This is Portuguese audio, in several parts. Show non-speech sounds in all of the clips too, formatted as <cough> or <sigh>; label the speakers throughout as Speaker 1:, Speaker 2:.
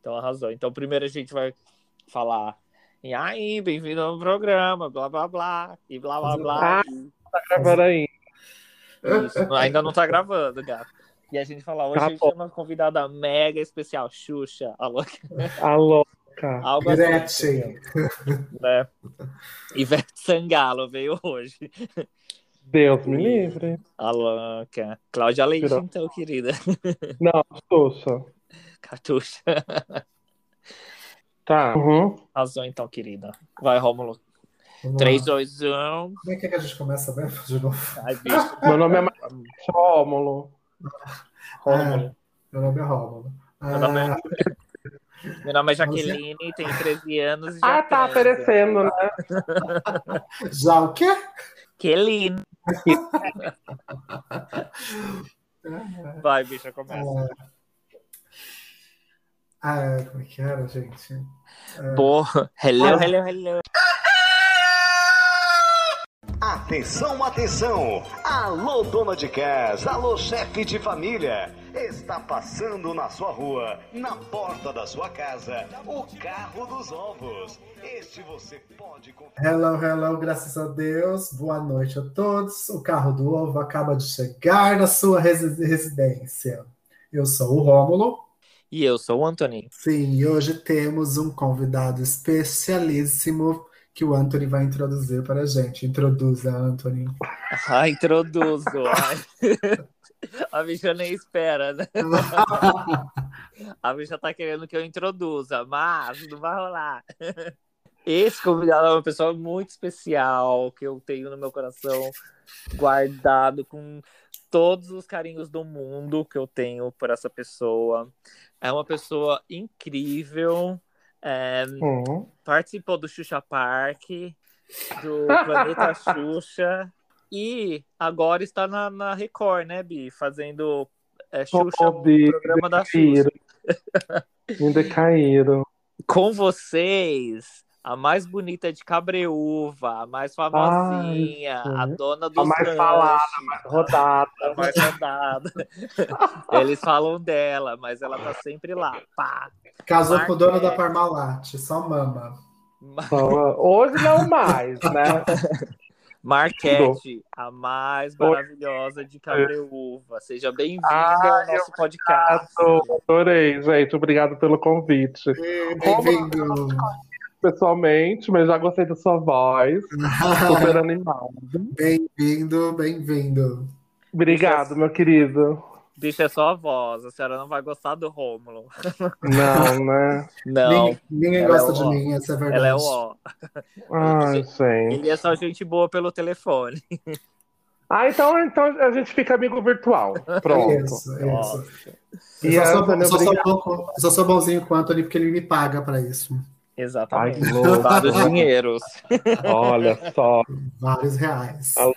Speaker 1: Então arrasou. Então primeiro a gente vai falar e aí, bem-vindo ao programa, blá blá blá, e blá blá blá.
Speaker 2: Tá gravando aí.
Speaker 1: Isso, ainda não tá gravando, gato. E a gente fala, hoje
Speaker 2: Tá
Speaker 1: a gente
Speaker 2: bom.
Speaker 1: tem uma convidada mega especial, Xuxa, a
Speaker 2: <laughs>
Speaker 1: louca,
Speaker 2: Alô, cara.
Speaker 1: algo assim,
Speaker 3: Gretchen.
Speaker 1: né? Ivete Sangalo veio hoje.
Speaker 2: Deus me livre.
Speaker 1: A louca. Cláudia Leite,
Speaker 2: Virou.
Speaker 1: então, querida. <laughs>
Speaker 2: Não, Sousa.
Speaker 1: Catuxa.
Speaker 2: Tá. Uhum.
Speaker 1: Arrasou, então, querida. Vai, Rômulo.
Speaker 3: Vamos lá.
Speaker 1: 3, 2, 1.
Speaker 3: Como é que, é que a gente começa mesmo <laughs> de novo?
Speaker 1: Ai, bicho.
Speaker 2: Meu nome é Marcos Rômulo.
Speaker 1: Rômulo.
Speaker 3: Ah, Meu nome é Ah, Rômulo.
Speaker 1: Meu nome é- Meu nome é Jaqueline, tenho 13 anos. e já
Speaker 2: Ah, tá
Speaker 1: transo.
Speaker 2: aparecendo,
Speaker 1: é.
Speaker 2: né?
Speaker 3: Já o quê?
Speaker 1: Que lindo. Vai, bicha, começa.
Speaker 3: Ah, como é que era, gente?
Speaker 1: Porra. Hello, hello, hello.
Speaker 4: Atenção, atenção! Alô, dona de casa, alô, chefe de família! Está passando na sua rua, na porta da sua casa, o carro dos ovos. Este você pode confiar.
Speaker 3: Hello, hello, graças a Deus. Boa noite a todos. O carro do ovo acaba de chegar na sua resi- residência. Eu sou o Rômulo.
Speaker 1: E eu sou o Anthony.
Speaker 3: Sim, e hoje temos um convidado especialíssimo que o Anthony vai introduzir para a gente. Introduza, Anthony.
Speaker 1: Ah, introduzo. Ai. A bicha nem espera, né? A bicha tá querendo que eu introduza, mas não vai rolar. Esse convidado é uma pessoa muito especial que eu tenho no meu coração guardado com todos os carinhos do mundo que eu tenho por essa pessoa. É uma pessoa incrível. É,
Speaker 2: Uhum.
Speaker 1: participou do Xuxa Park,
Speaker 2: <laughs>
Speaker 1: do Planeta Xuxa, e agora está na, na Record, né, Bi? Fazendo é, Xuxa,
Speaker 2: Oh, Bi,
Speaker 1: programa da Xuxa.
Speaker 2: Caíram. Ainda caíram.
Speaker 1: Com vocês, a mais bonita de Cabreúva, a mais famosinha,
Speaker 2: Ai,
Speaker 1: a
Speaker 2: sim.
Speaker 1: dona dos
Speaker 2: A mais
Speaker 1: lanches,
Speaker 2: falada, Rodada.
Speaker 1: a mais rodada. <laughs> Eles falam dela, mas ela tá sempre lá. Pá.
Speaker 3: Casou com o dono da
Speaker 1: Marquete.
Speaker 3: Parmalat, só mama.
Speaker 2: Então, Hoje não mais, né?
Speaker 1: Marquete, a mais maravilhosa de Cabreúva. Seja bem-vinda
Speaker 2: Ah,
Speaker 1: ao nosso podcast.
Speaker 2: Adoro- Adorei, gente. Obrigado pelo convite.
Speaker 3: Bem-vindo.
Speaker 2: Pessoalmente, mas já gostei da sua voz. Super animal.
Speaker 3: Bem-vindo, bem-vindo.
Speaker 2: Obrigado, meu querido.
Speaker 1: Bicho, é só a voz. A senhora não vai gostar do Rômulo.
Speaker 2: Não, né?
Speaker 1: Não,
Speaker 3: Ninguém, ninguém
Speaker 1: ela é
Speaker 3: gosta
Speaker 1: o
Speaker 3: de
Speaker 1: ó.
Speaker 3: mim, essa é a verdade.
Speaker 1: ela é o ó.
Speaker 2: Ai, gente.
Speaker 1: Ele é só gente boa pelo telefone.
Speaker 2: Ah, então, então a gente fica amigo <laughs> virtual. Pronto.
Speaker 3: É Isso,
Speaker 1: Ó,
Speaker 3: isso.
Speaker 2: E
Speaker 3: Eu só, sou,
Speaker 2: Anthony,
Speaker 3: bom- só sou
Speaker 2: obrigado.
Speaker 3: bom com- eu só sou bonzinho com o Anthony porque ele me paga para isso.
Speaker 2: Ai,
Speaker 1: exatamente. Tá
Speaker 2: que louco.
Speaker 1: Vários dinheiros.
Speaker 2: Olha só.
Speaker 3: Vários reais.
Speaker 2: Alô.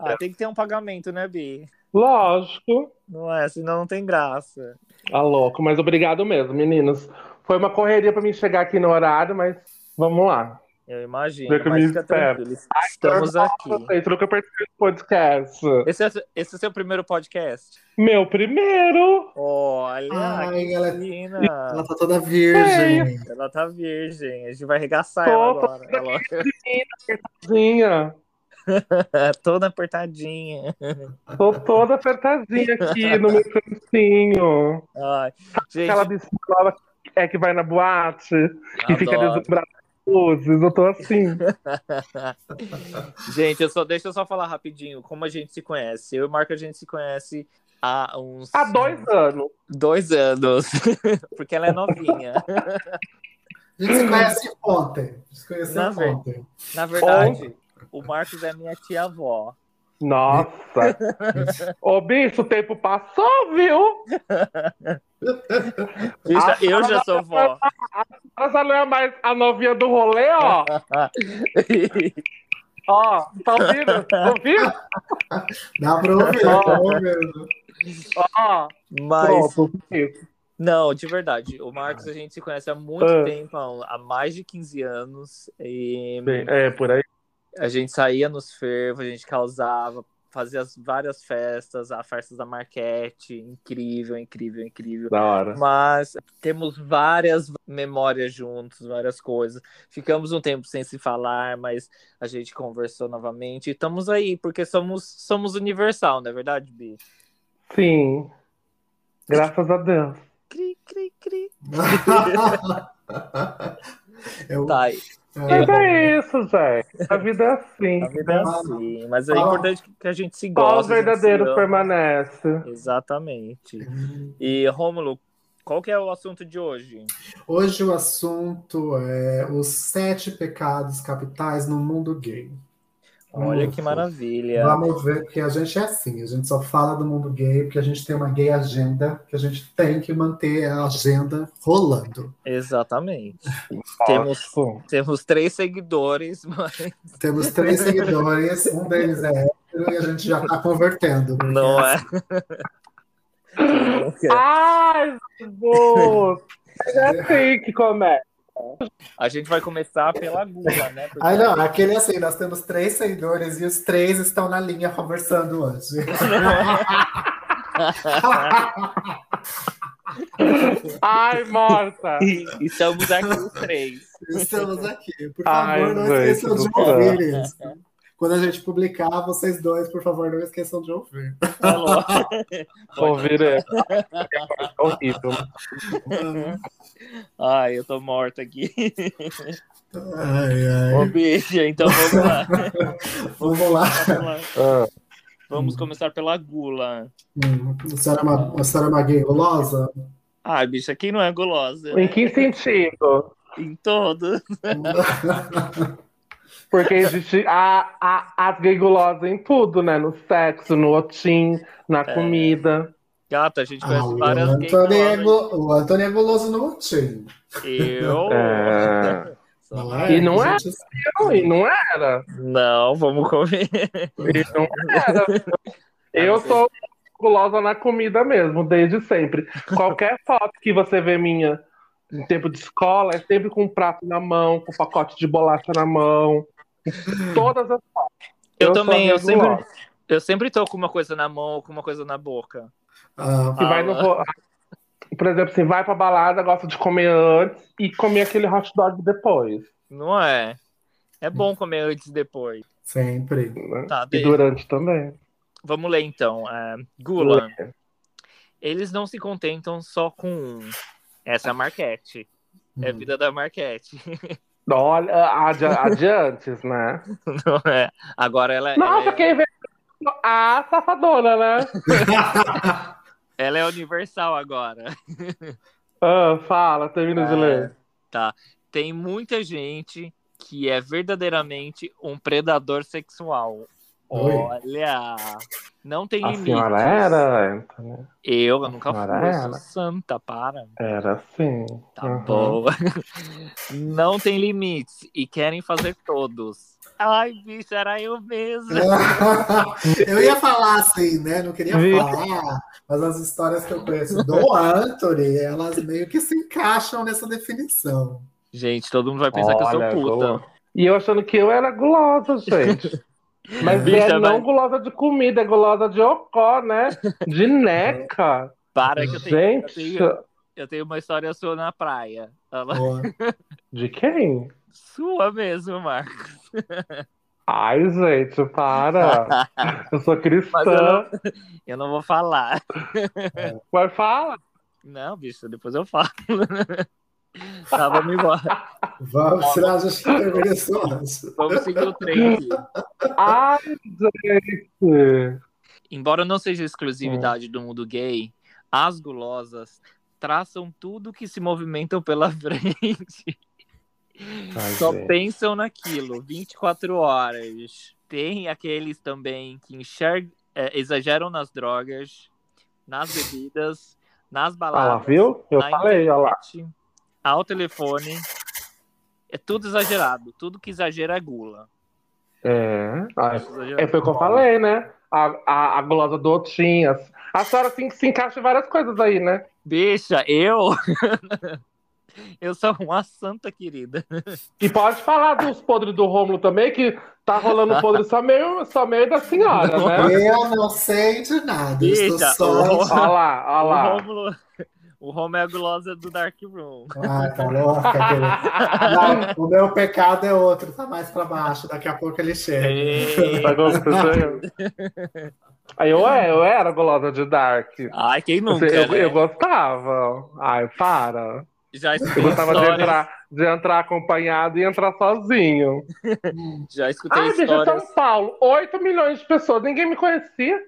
Speaker 1: Ah, tem que ter um pagamento, né, Bi?
Speaker 2: Lógico.
Speaker 1: Não é? Senão não tem graça.
Speaker 2: Ah, louco. Mas obrigado mesmo, meninos. Foi uma correria pra mim chegar aqui no horário, mas vamos lá.
Speaker 1: Eu imagino.
Speaker 2: Vê que eu
Speaker 1: Mas
Speaker 2: me
Speaker 1: fica
Speaker 2: espero.
Speaker 1: tranquilo. Estamos aqui.
Speaker 2: Vocês nunca participaram do podcast.
Speaker 1: Esse é, esse é o seu primeiro podcast?
Speaker 2: Meu primeiro.
Speaker 1: Olha, é?
Speaker 3: Ai,
Speaker 1: Ah, que
Speaker 2: Ah,
Speaker 3: ela- é
Speaker 1: menina.
Speaker 3: Ela tá toda virgem.
Speaker 1: Ela tá virgem, a gente vai arregaçar
Speaker 2: Tô,
Speaker 1: ela
Speaker 2: tô
Speaker 1: agora. tá Ela...
Speaker 2: Zinha.
Speaker 1: <laughs> Toda apertadinha.
Speaker 2: Tô toda apertadinha aqui no meu cantinho.
Speaker 1: Ai, gente,
Speaker 2: Aquela bicha nova que é que vai na boate e fica
Speaker 1: adoro.
Speaker 2: deslumbrada com luzes. Eu tô assim.
Speaker 1: gente, eu só, deixa eu só falar rapidinho como a gente se conhece. Eu e o Marco, a gente se conhece há uns
Speaker 2: Há dois anos.
Speaker 1: dois anos. <laughs> Porque ela é novinha.
Speaker 3: A gente se conhece ontem. Se conheceu
Speaker 1: Na verdade.
Speaker 3: ontem.
Speaker 1: Na verdade, o Marcos é minha tia-avó. <laughs>
Speaker 2: Nossa! Ô, bicho, o tempo passou, viu? Ah,
Speaker 1: Bicha, eu já
Speaker 2: é
Speaker 1: sou vó.
Speaker 2: Ela já não é mais a novinha do rolê, ó. Ó, tá ouvindo? Ouviu?
Speaker 3: Dá pra ouvir,
Speaker 1: <laughs>
Speaker 3: tá ouvindo.
Speaker 2: Ó,
Speaker 1: <laughs> Mas,
Speaker 2: pronto. isso.
Speaker 1: não, de verdade, o Marcos a gente se conhece há muito
Speaker 2: Ah.
Speaker 1: tempo, há há mais de 15 anos. E
Speaker 2: Bem, É, por aí.
Speaker 1: A gente saía nos fervos, a gente causava, fazia as várias festas, a festa da Marquete, incrível, incrível, incrível.
Speaker 2: Da hora.
Speaker 1: Mas temos várias memórias juntos, várias coisas. Ficamos um tempo sem se falar, mas a gente conversou novamente e estamos aí, porque somos, somos universal, não é verdade, Bi?
Speaker 2: Sim. Graças a Deus.
Speaker 1: Cri, cri, cri.
Speaker 3: Eu,
Speaker 1: Tá aí.
Speaker 2: Mas é isso, gente. A vida é assim.
Speaker 1: A vida é assim, mas é
Speaker 3: Ah.
Speaker 1: importante que a gente se
Speaker 2: Só os
Speaker 1: goste. a gente se
Speaker 2: verdadeiros
Speaker 1: ama.
Speaker 2: permanecem.
Speaker 1: Exatamente.
Speaker 3: é.
Speaker 1: E, Rômulo, qual que é o assunto de hoje?
Speaker 3: Hoje o assunto é os sete pecados capitais no mundo gay.
Speaker 1: Olha
Speaker 3: Vamos-
Speaker 1: que maravilha.
Speaker 3: Vamos ver que a gente é assim, a gente só fala do mundo gay porque a gente tem uma gay agenda que a gente tem que manter a agenda rolando.
Speaker 1: Exatamente. Temos- Temos três seguidores, <laughs> mas
Speaker 3: Temos
Speaker 1: <laughs>
Speaker 3: três seguidores, um deles é hétero e a gente já está convertendo. porque
Speaker 1: não é.
Speaker 2: Ai, Jesus! É assim que começa.
Speaker 1: A gente vai começar pela gula, né? Porque-
Speaker 3: Ah, não, aquele é assim, nós temos três seguidores e os três estão na linha conversando hoje.
Speaker 2: Ai, morta!
Speaker 1: E estamos aqui os três.
Speaker 3: <laughs> Estamos aqui. Por favor,
Speaker 2: Ai,
Speaker 3: não
Speaker 2: gente
Speaker 3: esqueçam
Speaker 2: do
Speaker 3: de
Speaker 2: céu.
Speaker 3: ouvir isso. Quando a gente publicar, vocês dois, por favor, não esqueçam de ouvir.
Speaker 1: Falou.
Speaker 2: Ouvir é é horrível.
Speaker 1: Ai, eu tô morta aqui.
Speaker 3: Ai, ai.
Speaker 1: <laughs> Ô, bicho, então vamos lá.
Speaker 3: Vamos lá.
Speaker 1: Vamos lá.
Speaker 2: Ah,
Speaker 1: Vamos começar pela gula.
Speaker 3: Hum, a, senhora é uma, a senhora é uma gay <laughs> gulosa?
Speaker 1: Ai, bicha, quem não é gulosa?
Speaker 2: em que sentido?
Speaker 1: Em todo.
Speaker 2: Porque existe a, a, as gregulosas em tudo, né? No sexo, no otim, na
Speaker 1: É.
Speaker 2: comida.
Speaker 1: Gata, a gente
Speaker 3: Ah,
Speaker 1: conhece
Speaker 3: o,
Speaker 1: várias gays.
Speaker 3: Antônio é
Speaker 1: gulosas.
Speaker 3: gu- o Antônio é guloso no motim.
Speaker 1: Eu.
Speaker 2: É.
Speaker 1: Só-
Speaker 2: E não é? Não, e não era.
Speaker 1: é? Não, vamos comer.
Speaker 2: E não era.
Speaker 1: <laughs> Ah,
Speaker 2: Eu sou gulosa na comida mesmo, desde sempre. Qualquer foto que você vê minha em tempo de escola é sempre com um prato na mão, com um pacote de bolacha na mão. Todas as fotos.
Speaker 1: Eu,
Speaker 2: sou
Speaker 1: também, eu sempre,
Speaker 2: gulosa.
Speaker 1: eu sempre tô com uma coisa na mão ou com uma coisa na boca.
Speaker 3: Ah,
Speaker 2: Que vai no ro- Por exemplo, assim, vai pra balada, gosta de comer antes e comer aquele hot dog depois.
Speaker 1: Não é? É bom comer antes e depois.
Speaker 3: sempre.
Speaker 2: né?
Speaker 1: Tá,
Speaker 2: e
Speaker 1: beleza.
Speaker 2: durante também.
Speaker 1: Vamos ler então. É, Gula. Eles não se contentam só com um. Essa é a Marquete. É a
Speaker 3: Hum.
Speaker 1: vida da Marquete.
Speaker 2: Olha, adi adiante, né?
Speaker 1: <laughs> Não é? Agora ela, é-
Speaker 2: Nossa,
Speaker 1: ela, é,
Speaker 2: quem vê a safadona, né?
Speaker 1: ela é universal agora. <laughs>
Speaker 2: Ah, fala, termina
Speaker 1: É.
Speaker 2: de ler.
Speaker 1: Tem muita gente que é verdadeiramente um predador sexual.
Speaker 3: <laughs> Oi.
Speaker 1: Olha! Não tem
Speaker 2: A
Speaker 1: limites.
Speaker 2: senhora era, então, Anthony?
Speaker 1: Eu, eu nunca
Speaker 2: A senhora
Speaker 1: fui, eu
Speaker 2: era?
Speaker 1: sou santa, para.
Speaker 2: Era sim.
Speaker 1: Tá
Speaker 2: Uhum.
Speaker 1: boa. Não tem limites e querem fazer todos. Ai, bicho, era eu mesmo.
Speaker 3: <laughs> eu ia falar assim, né? Não queria
Speaker 2: Viu?
Speaker 3: falar, mas as histórias que eu conheço do Anthony, elas meio que se encaixam nessa definição.
Speaker 1: Gente, todo mundo vai pensar
Speaker 2: Olha,
Speaker 1: que eu sou puta.
Speaker 2: boa. E eu achando que eu era gulosa, gente.
Speaker 1: <laughs>
Speaker 2: Mas
Speaker 1: Bicha,
Speaker 2: é não
Speaker 1: mas-
Speaker 2: gulosa de comida, é gulosa de ocó, né?
Speaker 1: <laughs>
Speaker 2: De neca.
Speaker 1: Para que eu tenho, eu,
Speaker 2: Gente,
Speaker 1: tenho, eu tenho uma história sua na praia.
Speaker 2: Uhum.
Speaker 1: Ela-
Speaker 3: Boa.
Speaker 2: de quem?
Speaker 1: Sua mesmo, Marco.
Speaker 2: Ai, gente, para. Eu sou
Speaker 1: Mas eu
Speaker 2: cristã.
Speaker 1: não, <laughs> eu não vou falar.
Speaker 2: Vai, fala.
Speaker 1: Não, bicho, depois eu falo. <laughs> tá, vamos embora.
Speaker 3: Vamos, senão a gente termina isso
Speaker 1: <laughs>
Speaker 3: hoje.
Speaker 1: Vamos seguir o trem aqui.
Speaker 2: Ai, gente.
Speaker 1: Embora não seja
Speaker 2: É.
Speaker 1: exclusividade do mundo gay, as gulosas traçam tudo que se movimentam pela <laughs> frente.
Speaker 2: Ai,
Speaker 1: Só
Speaker 2: gente.
Speaker 1: pensam naquilo 24 horas. Tem aqueles também que enxergam, exageram nas drogas, nas bebidas, nas
Speaker 2: Olha lá,
Speaker 1: baladas,
Speaker 2: viu? Eu
Speaker 1: na
Speaker 2: falei, olha lá.
Speaker 1: internet, ao telefone. É tudo exagerado. Tudo que exagera é gula.
Speaker 2: É. Ai,
Speaker 1: Tudo exagerado.
Speaker 2: É, foi o que eu falei, né? A, a, a gulosa do Otim. A, a senhora se, se encaixa em várias coisas aí, né?
Speaker 1: Bicha, eu <laughs> Eu sou uma santa querida.
Speaker 2: E pode falar dos podres do Rômulo também, que tá rolando podre só meio, só meio da senhora, né?
Speaker 3: Eu não sei de nada. eu estou
Speaker 1: Eita,
Speaker 3: só.
Speaker 2: Olha lá, olha
Speaker 1: O
Speaker 2: lá.
Speaker 1: Rômulo... <laughs> O Rômulo é a gulosa do Dark Room.
Speaker 3: Ah, tá louca, querida. Não, o meu pecado é outro, tá mais pra baixo, daqui a pouco ele chega.
Speaker 1: Ei.
Speaker 2: Tá gostando? Aí eu, é- eu era golosa de Dark.
Speaker 1: Ai, quem nunca,
Speaker 2: eu,
Speaker 1: né?
Speaker 2: eu gostava. Ai, para.
Speaker 1: Já escutei
Speaker 2: Eu gostava de
Speaker 1: histórias,
Speaker 2: entrar, de entrar acompanhado e entrar sozinho.
Speaker 1: já escutei
Speaker 2: Ah, deixa
Speaker 1: histórias,
Speaker 2: São Paulo. 8 milhões de pessoas, ninguém me conhecia. né?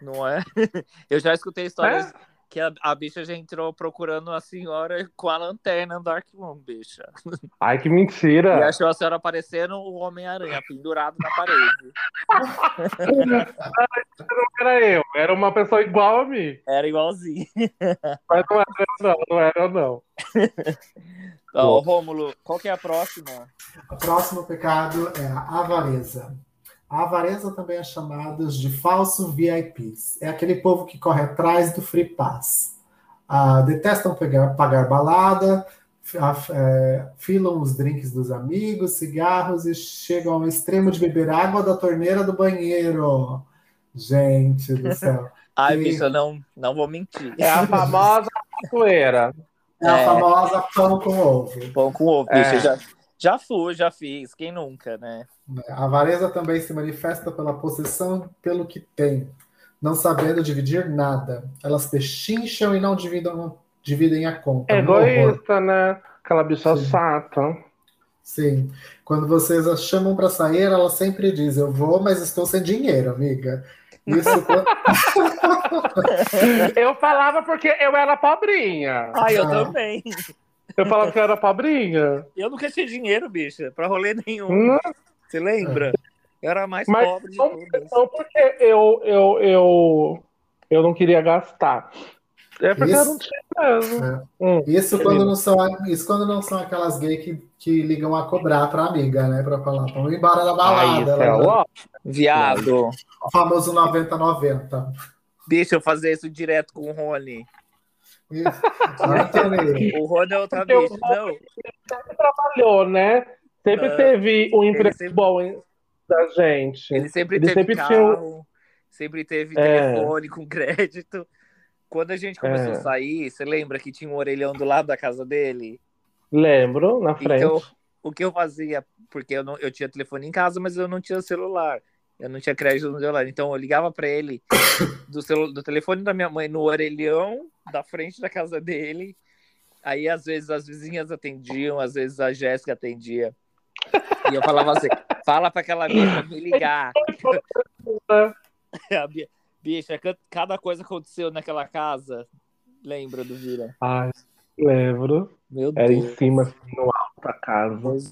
Speaker 1: não é? <laughs> Eu já escutei histórias
Speaker 2: É?
Speaker 1: que a, a bicha já entrou procurando a senhora com a lanterna no Dark Room, bicha.
Speaker 2: Ai, que
Speaker 1: E
Speaker 2: mentira.
Speaker 1: achou a senhora aparecendo o Homem-Aranha pendurado na parede.
Speaker 2: Não era eu, era uma pessoa igual a mim.
Speaker 1: Era
Speaker 2: <laughs>
Speaker 1: igualzinho.
Speaker 2: Mas não era eu, não, não era eu, não.
Speaker 1: Então, ô, Rômulo, qual que é a próxima?
Speaker 3: O próximo pecado é a avareza. A avareza também é chamada de falso VIPs. É aquele povo que corre atrás do free pass. Ah, detestam pegar- pagar balada, fi- ah, f- eh, filam os drinks dos amigos, cigarros e chegam ao extremo de beber água da torneira do banheiro. Gente do céu.
Speaker 1: Ai,
Speaker 3: Sim.
Speaker 1: bicha, não, não vou mentir.
Speaker 2: É a famosa capoeira.
Speaker 3: É a
Speaker 1: É.
Speaker 3: famosa pão com ovo.
Speaker 1: Pão com ovo,
Speaker 2: É.
Speaker 1: bicha. Já, já fui, já fiz. Quem nunca, né?
Speaker 3: A avareza também se manifesta pela possessão pelo que tem, não sabendo dividir nada. Elas pechincham e não dividam- dividem a conta.
Speaker 2: É
Speaker 3: Um horror.
Speaker 2: egoísta, né? Aquela bicha
Speaker 3: Sim.
Speaker 2: chata.
Speaker 3: Sim. Quando vocês as chamam para sair, ela sempre diz: Eu vou, mas estou sem dinheiro, amiga. Isso
Speaker 2: <laughs>
Speaker 3: quando-
Speaker 2: Eu falava porque eu era pobrinha.
Speaker 1: Ai, <laughs> eu
Speaker 3: Ah.
Speaker 1: também.
Speaker 2: Eu falava que eu era pobrinha.
Speaker 1: Eu nunca tinha dinheiro, bicha, pra rolê <laughs> nenhum.
Speaker 2: Não,
Speaker 1: Você lembra? Eu era a mais
Speaker 2: Mas um
Speaker 1: pobre de
Speaker 2: não,
Speaker 1: todas.
Speaker 2: não porque eu, eu, eu, eu não queria gastar. É porque eu não tinha mesmo.
Speaker 3: isso quando não são, isso quando não são aquelas gays que, que ligam a cobrar para amiga, né? Para falar: Vamos embora da
Speaker 2: Ai, isso
Speaker 3: balada.
Speaker 1: né?
Speaker 2: é
Speaker 3: Ela-
Speaker 2: ó.
Speaker 1: Viado.
Speaker 3: o famoso 90-90.
Speaker 1: Deixa eu fazer isso direto com o Rony.
Speaker 3: Isso.
Speaker 2: <laughs>
Speaker 3: Ela tá ali.
Speaker 1: O Rony é outra
Speaker 2: Eu-
Speaker 1: bicha. Não,
Speaker 2: trabalhou, né? Sempre
Speaker 1: Ah,
Speaker 2: teve um emprego
Speaker 1: sempre-
Speaker 2: bom hein, da gente.
Speaker 1: ele sempre
Speaker 2: Ele
Speaker 1: teve
Speaker 2: sempre tinha
Speaker 1: carro,
Speaker 2: um-
Speaker 1: sempre teve
Speaker 2: É.
Speaker 1: telefone com crédito. Quando a gente começou
Speaker 2: É.
Speaker 1: a sair, você lembra que tinha um orelhão do lado da casa dele?
Speaker 2: Lembro, na frente.
Speaker 1: Então, o que eu fazia, porque eu, não, eu tinha telefone em casa, mas eu não tinha celular. Eu não tinha crédito no celular. Então eu ligava pra ele do, celu, do telefone da minha mãe no orelhão da frente da casa dele. Aí às vezes as vizinhas atendiam, às vezes a Jéssica atendia. E eu falava assim: fala pra aquela bicha me ligar. <laughs> A bi- bicha, ca- cada coisa aconteceu naquela casa. Lembra do Vira?
Speaker 2: Ai, lembro.
Speaker 1: Meu
Speaker 2: Era
Speaker 1: Deus.
Speaker 2: em cima, assim, no alto da casa.
Speaker 1: Então,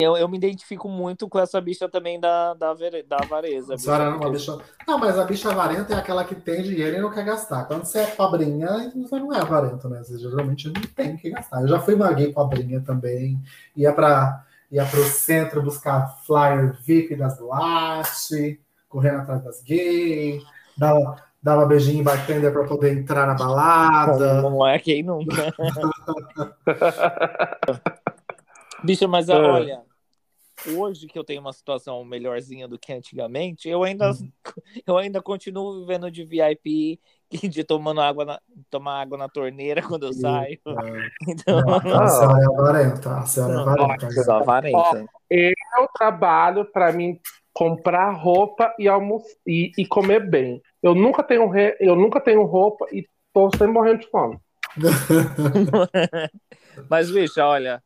Speaker 1: Eu, eu me identifico muito com essa bicha também da, da, vere- da avareza.
Speaker 3: A senhora era
Speaker 1: é bicha.
Speaker 3: uma bicha. Não, mas a bicha avarenta é aquela que tem dinheiro e não quer gastar. Quando você é pobrinha, você não é avarento, né? Você geralmente não tem que gastar. Eu já fui uma gay pobrinha também. Ia para ia pro centro buscar flyer VIP das boates, correndo atrás das gays, dava, dava beijinho em bartender para poder entrar na balada.
Speaker 1: Não é quem <laughs> nunca. bicha, mas ah,
Speaker 2: É.
Speaker 1: olha, hoje que eu tenho uma situação melhorzinha do que antigamente, eu ainda, <laughs> eu ainda continuo vivendo de VIP e <laughs> de tomando água na, tomar água na torneira <laughs> quando eu
Speaker 3: Sim.
Speaker 1: saio.
Speaker 3: Não,
Speaker 1: Então,
Speaker 3: a senhora é avarenta. A senhora é avarenta.
Speaker 1: só avarenta.
Speaker 2: Eu É trabalho pra mim comprar roupa e, almoçar, e, e comer bem. Eu nunca, tenho re- eu nunca tenho roupa e tô sempre morrendo de fome.
Speaker 1: Mas, bicha, olha,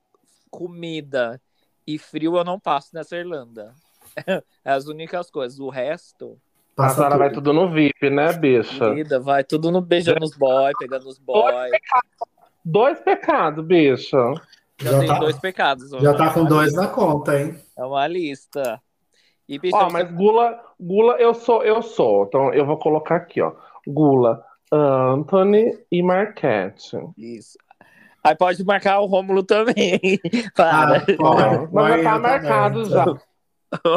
Speaker 1: comida e frio eu não passo nessa Irlanda. <laughs> É as únicas coisas. O resto,
Speaker 2: A
Speaker 3: Passa
Speaker 2: senhora vai
Speaker 3: tudo.
Speaker 2: tudo no VIP, né, bicha?
Speaker 1: comida, vai tudo no beijando os boy, pegando os boy.
Speaker 2: Dois pecados, bicha.
Speaker 1: Já,
Speaker 3: Já
Speaker 1: tem
Speaker 3: tá-
Speaker 1: dois pecados.
Speaker 3: Já tá com dois na conta, hein?
Speaker 1: É uma lista. E, bicha,
Speaker 2: Ó, mas gula, gula eu sou, eu sou. Então eu vou colocar aqui, ó. Gula, Anthony e Marquette.
Speaker 1: isso. Aí pode marcar o Rômulo também. <laughs>
Speaker 3: Ah,
Speaker 1: Para.
Speaker 3: corre,
Speaker 2: Mas já tá
Speaker 3: corre, eu também.
Speaker 2: marcado já.
Speaker 3: Ah.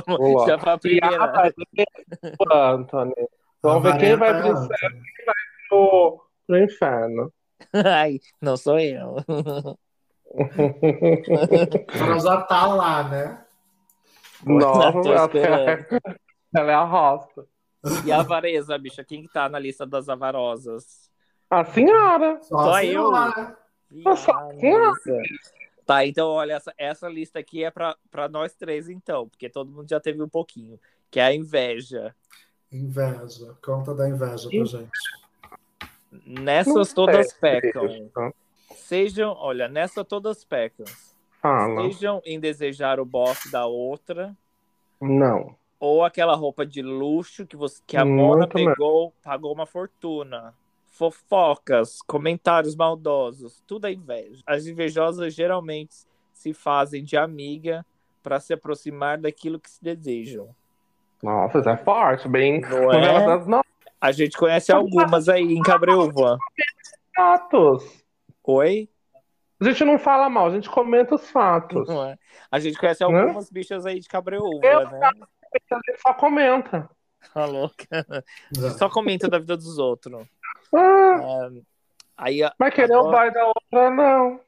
Speaker 2: Boa.
Speaker 1: Já foi a
Speaker 2: E a
Speaker 1: <laughs> primeira.
Speaker 2: Vanessa e então é o Anthony. Vamos ver quem vai
Speaker 3: Avarenta é
Speaker 2: pro,
Speaker 1: <laughs>
Speaker 2: pro, pro inferno.
Speaker 1: Ai, não sou eu. <laughs>
Speaker 3: Ela já tá lá, né?
Speaker 1: Tô
Speaker 2: Nossa, ela é,
Speaker 1: esperando.
Speaker 2: ela é a roça.
Speaker 1: E a avareza, bicha, quem que tá na lista das avarosas?
Speaker 2: A senhora.
Speaker 3: Só,
Speaker 1: Só
Speaker 3: assim a senhora.
Speaker 2: Nossa,
Speaker 1: Nossa. Tá, então olha, essa, essa lista aqui é pra, pra nós três, então, porque todo mundo já teve um pouquinho. Que é a inveja.
Speaker 3: Inveja. Conta da inveja pra gente.
Speaker 1: Nessas todas pecam. Sejam, olha, nessa todas pecam.
Speaker 2: Fala.
Speaker 1: Sejam em desejar o bofe da outra,
Speaker 2: Não.
Speaker 1: ou aquela roupa de luxo que, você, que a
Speaker 2: Muito
Speaker 1: Mona
Speaker 2: mesmo.
Speaker 1: pegou, pagou uma fortuna. Fofocas, comentários maldosos, tudo é inveja. As invejosas geralmente se fazem de amiga para se aproximar daquilo que se desejam.
Speaker 2: Nossa, isso é forte, bem.
Speaker 1: Não
Speaker 2: Novela
Speaker 1: é?
Speaker 2: das nove
Speaker 1: A gente conhece algumas aí em Cabreúva.
Speaker 2: fatos.
Speaker 1: Oi?
Speaker 2: A gente não fala mal, a gente comenta os fatos.
Speaker 1: Não é? A gente conhece
Speaker 2: Não é?
Speaker 1: algumas bichas aí de Cabreúva,
Speaker 2: Eu-
Speaker 1: né?
Speaker 2: A gente só comenta.
Speaker 1: Tá louca.
Speaker 3: Já.
Speaker 1: Só comenta da vida dos outros.
Speaker 2: Ah,
Speaker 1: É, Aí a-
Speaker 2: mas é querer o
Speaker 1: Agora-
Speaker 2: pai da outra, um não.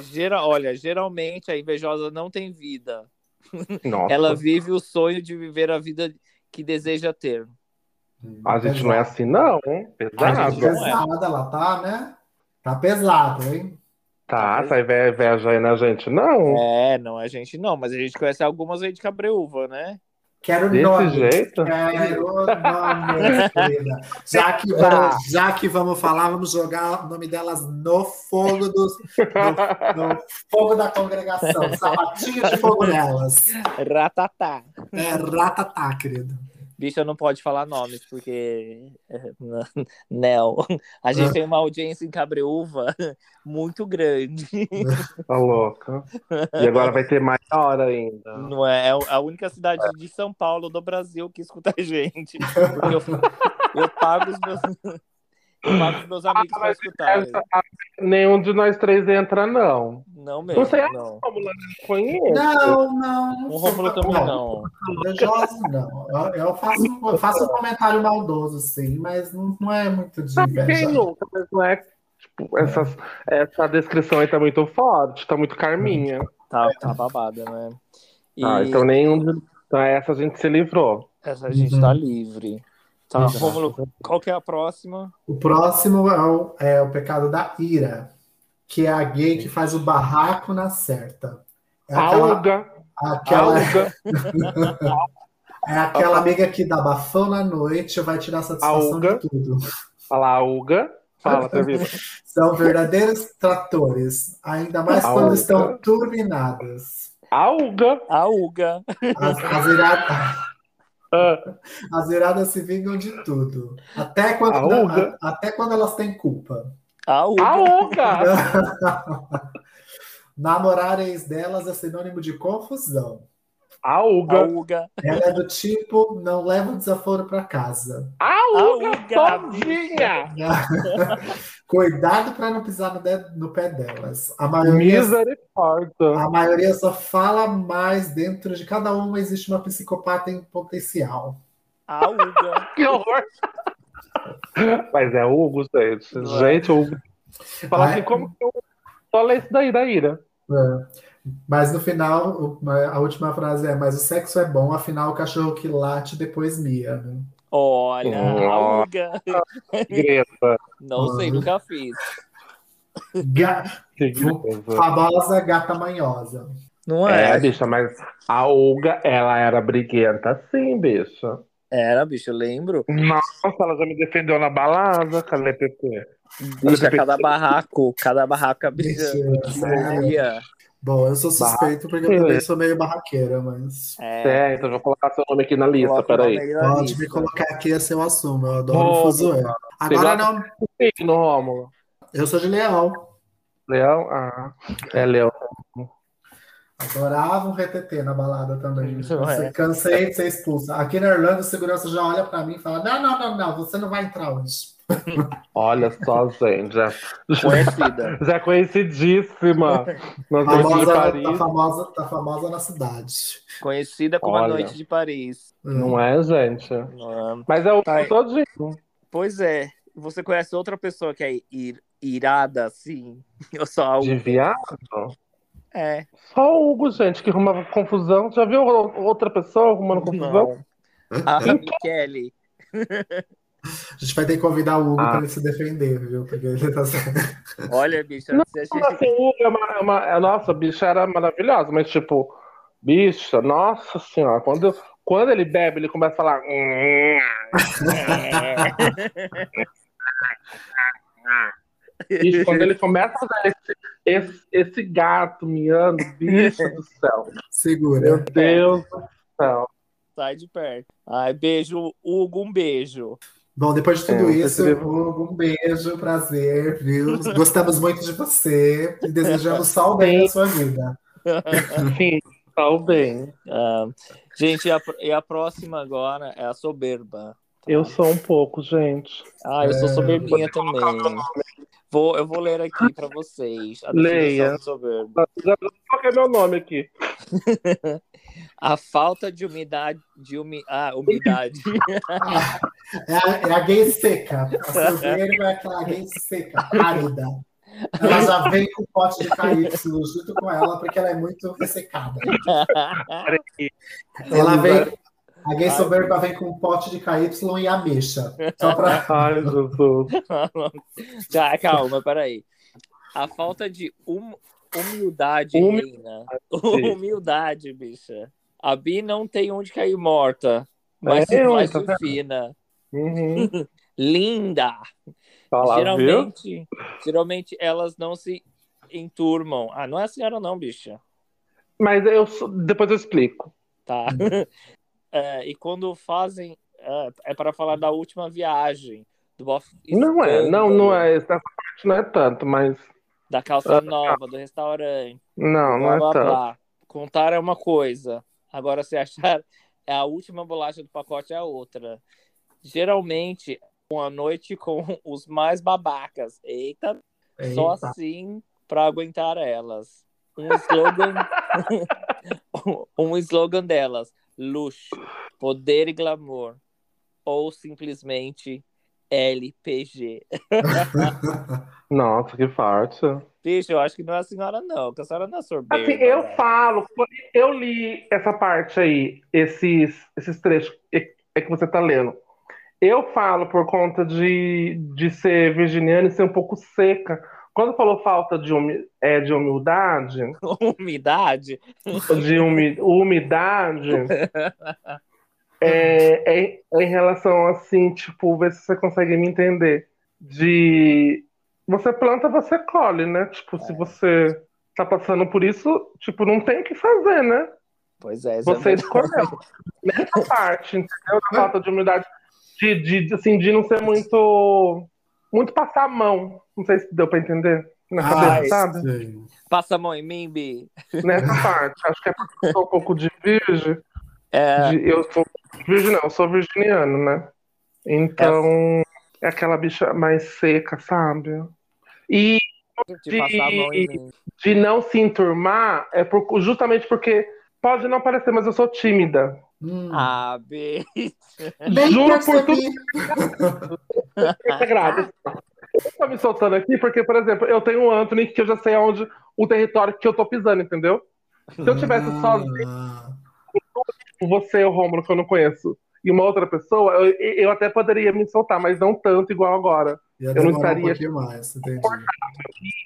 Speaker 1: Gera, olha, geralmente a invejosa não tem vida.
Speaker 2: Nossa,
Speaker 1: Ela vive o sonho de viver a vida que deseja ter.
Speaker 3: Hum,
Speaker 2: a gente não é assim, não. hein?
Speaker 3: A
Speaker 2: Pesado.
Speaker 3: gente
Speaker 1: não é.
Speaker 3: pesada, ela tá, né? Tá pesada, hein?
Speaker 2: Tá, essa inveja aí na gente, não.
Speaker 1: É, não a gente não, mas a gente conhece algumas aí de cabreúva, né?
Speaker 3: Quero
Speaker 2: Desse
Speaker 3: nome.
Speaker 1: <laughs>
Speaker 2: jeito?
Speaker 3: Quero nome, querida. Já que, vamos, já que vamos falar, vamos jogar o nome delas no fogo dos,
Speaker 2: Tá
Speaker 3: no fogo da congregação. Sapatinho de fogo nelas.
Speaker 1: Ratatá.
Speaker 3: É ratatá, querido.
Speaker 1: Bicha não pode falar nomes, porque. <laughs> Não. A gente tem uma audiência em cabreúva <laughs> muito grande.
Speaker 2: Tá louca. E agora vai ter mais hora ainda.
Speaker 1: Não é, é a única cidade de São Paulo do Brasil que escuta a gente. Porque eu, eu pago os meus. Eu pago os meus amigos pra
Speaker 2: mas
Speaker 1: escutar.
Speaker 2: essa- a- nenhum de nós três entra, não.
Speaker 1: Não mesmo,
Speaker 2: sei.
Speaker 1: não.
Speaker 2: Como lá não conheço.
Speaker 3: Não, não.
Speaker 1: O Rômulo também não.
Speaker 3: Invejosa, assim, não. Eu, eu faço, eu faço um comentário maldoso, sim, mas não, não é muito de
Speaker 2: Sabe quem
Speaker 3: inveja.
Speaker 2: nunca? Mas não é. Tipo, essas, essa descrição aí tá muito forte, tá muito Carminha.
Speaker 1: Tá, tá babada, né? E
Speaker 2: Ah, então nenhum de. Então essa a gente se livrou.
Speaker 1: essa gente tá livre. Tá,
Speaker 2: Uhum.
Speaker 1: Rômulo, qual que é a próxima?
Speaker 3: O próximo é o, é o pecado da ira, que é a gay que faz o barraco na certa. É aquela,
Speaker 2: Alga,
Speaker 3: aquela-
Speaker 2: alga,
Speaker 3: é aquela amiga que dá bafão na noite e vai tirar satisfação
Speaker 2: Alga.
Speaker 3: de tudo.
Speaker 2: fala alga. Fala,
Speaker 1: <laughs>
Speaker 2: Trevisa.
Speaker 3: São verdadeiros tratores, ainda mais quando
Speaker 2: Alga.
Speaker 3: estão turbinadas.
Speaker 2: Alga.
Speaker 1: A Uga.
Speaker 3: As, as, ira-
Speaker 2: Ah,
Speaker 3: as iradas se vingam de tudo, até quando,
Speaker 2: Alga.
Speaker 3: a- até quando elas têm culpa.
Speaker 1: A Uga.
Speaker 2: alga!
Speaker 3: Namorar a ex delas é sinônimo de confusão.
Speaker 1: A
Speaker 2: Alga!
Speaker 1: Uga.
Speaker 3: Ela é do tipo, não leva o desaforo para casa.
Speaker 2: Alga!
Speaker 1: Alga,
Speaker 2: Todinha!
Speaker 3: Cuidado para não pisar no, de- no pé delas. A maioria,
Speaker 2: Misericórdia!
Speaker 3: a maioria só fala mais dentro de cada uma, existe uma psicopata em potencial.
Speaker 1: A Uga.
Speaker 2: Que horror! Mas é Hugo, gente.
Speaker 1: Não é.
Speaker 2: Gente, Hugo. Fala
Speaker 3: Ai.
Speaker 2: assim, como que eu. Só lê isso daí da ira.
Speaker 3: É. Mas no final, o- a última frase é: Mas o sexo é bom, afinal o cachorro que late depois mia. né?
Speaker 1: Olha, a Uga.
Speaker 2: Greta.
Speaker 1: Não sei, nunca fiz.
Speaker 2: É, <laughs>
Speaker 3: Ga-
Speaker 2: Que greta.
Speaker 3: Famosa gata manhosa.
Speaker 1: Não
Speaker 2: É,
Speaker 1: é?
Speaker 2: bicha, mas a Olga, ela era briguenta, sim, bicha.
Speaker 1: Era, bicho, eu lembro.
Speaker 2: Nossa, ela já me defendeu na balada, cara, né, PT.
Speaker 1: Bicha, cada barraco, cada barraco, é a bicha.
Speaker 3: é Mentira.
Speaker 1: Ia.
Speaker 3: Bom, eu sou suspeito porque eu também sou meio barraqueira, mas.
Speaker 1: É,
Speaker 2: É, então eu vou colocar seu nome aqui na lista,
Speaker 1: coloca o
Speaker 2: peraí.
Speaker 1: nome aí na
Speaker 3: Pode
Speaker 1: lista.
Speaker 3: me colocar aqui, assim eu assumo. Eu adoro
Speaker 2: Bom,
Speaker 3: fuzuê. Agora
Speaker 2: Legal.
Speaker 3: não,
Speaker 2: Sim, no Rômulo.
Speaker 3: eu sou de leão.
Speaker 2: Leão? Ah, é Leão.
Speaker 3: Adorava um retetê na balada também.
Speaker 1: Não é.
Speaker 3: Cansei de ser expulsa. Aqui na Irlanda, o segurança já olha pra mim e fala: Não, não, não, não, você não vai entrar hoje.
Speaker 2: Olha só, gente. Já,
Speaker 1: Conhecida.
Speaker 2: já é conhecidíssima. Nós aqui em
Speaker 3: Famosa, tá,
Speaker 2: Paris.
Speaker 3: famosa, tá famosa na cidade.
Speaker 1: Conhecida como a
Speaker 2: Olha.
Speaker 1: Noite de Paris.
Speaker 3: Uhum.
Speaker 2: Não é, gente?
Speaker 1: Não é?
Speaker 2: Mas é o
Speaker 1: Tá aí.
Speaker 2: todinho.
Speaker 1: Pois é. Você conhece outra pessoa que é ir, irada assim. <laughs> Eu só algo.
Speaker 2: De viado?
Speaker 1: É.
Speaker 2: Só o Hugo, gente, que arrumava confusão. Já viu outra pessoa arrumando confusão?
Speaker 1: Não. A Kelly.
Speaker 3: A gente vai ter que convidar
Speaker 2: Ah.
Speaker 3: o Hugo para ele se defender, viu? Porque ele tá sendo.
Speaker 1: Olha, bicho,
Speaker 2: Não,
Speaker 1: se a gente-
Speaker 2: Nossa, o Hugo é uma, é uma- é- nossa, a bicha era maravilhosa, mas tipo, bicha, nossa senhora, quando, quando ele bebe, ele começa a falar. "Hum, hum, Bicho, quando ele começa a fazer esse, esse, esse gato miando, bicho do céu.
Speaker 3: <laughs>
Speaker 2: Meu
Speaker 3: <laughs> Segura.
Speaker 2: Deus do céu.
Speaker 1: Sai de perto. Ai, beijo, Hugo, um beijo.
Speaker 3: Bom, depois de tudo
Speaker 2: É,
Speaker 3: isso,
Speaker 2: eu prefiro-
Speaker 3: Hugo, um beijo, prazer, viu? Gostamos muito de você e desejamos só o bem na sua vida.
Speaker 2: Sim, tá bem.
Speaker 1: Ah, gente, e a, e a próxima agora é a soberba. Tá.
Speaker 2: Eu sou um pouco, gente.
Speaker 1: Ah, eu sou
Speaker 3: É,
Speaker 1: soberbinha também. Vou, eu vou ler aqui para vocês. Ah, A
Speaker 2: Leia.
Speaker 1: definição de soberba.
Speaker 2: Já coloquei é meu nome aqui.
Speaker 1: A falta de umidade. De umi... Ah,
Speaker 2: <laughs>
Speaker 1: umidade.
Speaker 3: É a, é a gay seca. A Silveira é aquela gay seca, árida. Ela já vem com o pote de KY junto com ela, porque ela é muito ressecada. Ela vem. A gay soberba vem com um pote de KY e ameixa. Só pra.
Speaker 2: Ai, Jesus.
Speaker 1: Tá, calma, peraí. A falta de hum- humildade,
Speaker 2: Humi-
Speaker 1: Reina. Humildade, bicha. A Bi não tem onde cair morta, mas
Speaker 2: É,
Speaker 1: se
Speaker 2: ué,
Speaker 1: faz
Speaker 2: tá vendo?
Speaker 1: fina.
Speaker 2: Uhum.
Speaker 1: Linda!
Speaker 2: Tá lá, viu?
Speaker 1: geralmente, geralmente elas não se enturmam. Ah, não é a senhora não, bicha.
Speaker 2: Mas eu sou- depois eu explico.
Speaker 1: Tá.
Speaker 2: Uhum.
Speaker 1: <laughs> É, e quando fazem... É, é para falar da última viagem. Do bof-
Speaker 2: Não é, não, não é. Essa parte não é tanto, mas.
Speaker 1: Da calça nova, do restaurante.
Speaker 2: é Não, não
Speaker 1: blá,
Speaker 2: é
Speaker 1: blá,
Speaker 2: tanto.
Speaker 1: blá. Contar é uma coisa. Agora, se achar <laughs> é a última bolacha do pacote é a outra. Geralmente, uma noite com os mais babacas. Eita, só
Speaker 3: Eita.
Speaker 1: assim pra aguentar elas. Um slogan, um slogan delas: luxo, poder e glamour. Ou simplesmente LPG.
Speaker 2: Nossa, que forte.
Speaker 1: Bicho, eu acho que não é a senhora, não, que a senhora não é sorvete.
Speaker 2: Assim, eu falo, eu li essa parte aí, esses, esses trechos é é que você tá lendo. Eu falo por conta de, de ser virginiana e ser um pouco seca. Quando falou falta de, humi, é, de humildade,
Speaker 1: <laughs> Umidade?
Speaker 2: de humi- umidade é, é em- é em relação assim, tipo, ver se você consegue me entender. De você planta, você colhe, né? Tipo, se você tá passando por isso, tipo, não tem o que fazer, né?
Speaker 1: Pois é, essa é
Speaker 2: Você
Speaker 1: uma-
Speaker 2: escolheu. Nessa parte, entendeu? Da falta de humildade, de, de, de, assim, de não ser muito. Muito passar a mão. Não sei se deu pra entender. Na
Speaker 3: Ah,
Speaker 2: cabeça,
Speaker 3: é.
Speaker 1: Ai,
Speaker 2: sabe?
Speaker 3: sim.
Speaker 1: Passa a mão em mim, Bi.
Speaker 2: Nessa parte. Acho que é porque eu sou um pouco de virgem.
Speaker 1: É,
Speaker 2: De- eu sou virgem, não, eu sou virginiano, né? Então, é aquela bicha mais seca, sabe? E
Speaker 1: de passar a mão em mim.
Speaker 2: de não se enturmar é por- justamente porque pode não parecer, mas eu sou tímida.
Speaker 3: Hum.
Speaker 1: Ah, Bi.
Speaker 3: Bem
Speaker 2: Juro por
Speaker 3: percebi.
Speaker 2: É grave. Eu tô me soltando aqui porque, por exemplo, eu tenho um Anthony que eu já sei aonde o território que eu tô pisando, entendeu? Se eu tivesse sozinho
Speaker 3: Ah,
Speaker 2: com você, o Rômulo, que eu não conheço, e uma outra pessoa, eu, eu até poderia me soltar, mas não tanto igual agora.
Speaker 3: ia
Speaker 2: eu não
Speaker 3: demorar um
Speaker 2: estaria-
Speaker 3: pouquinho mais, entendi.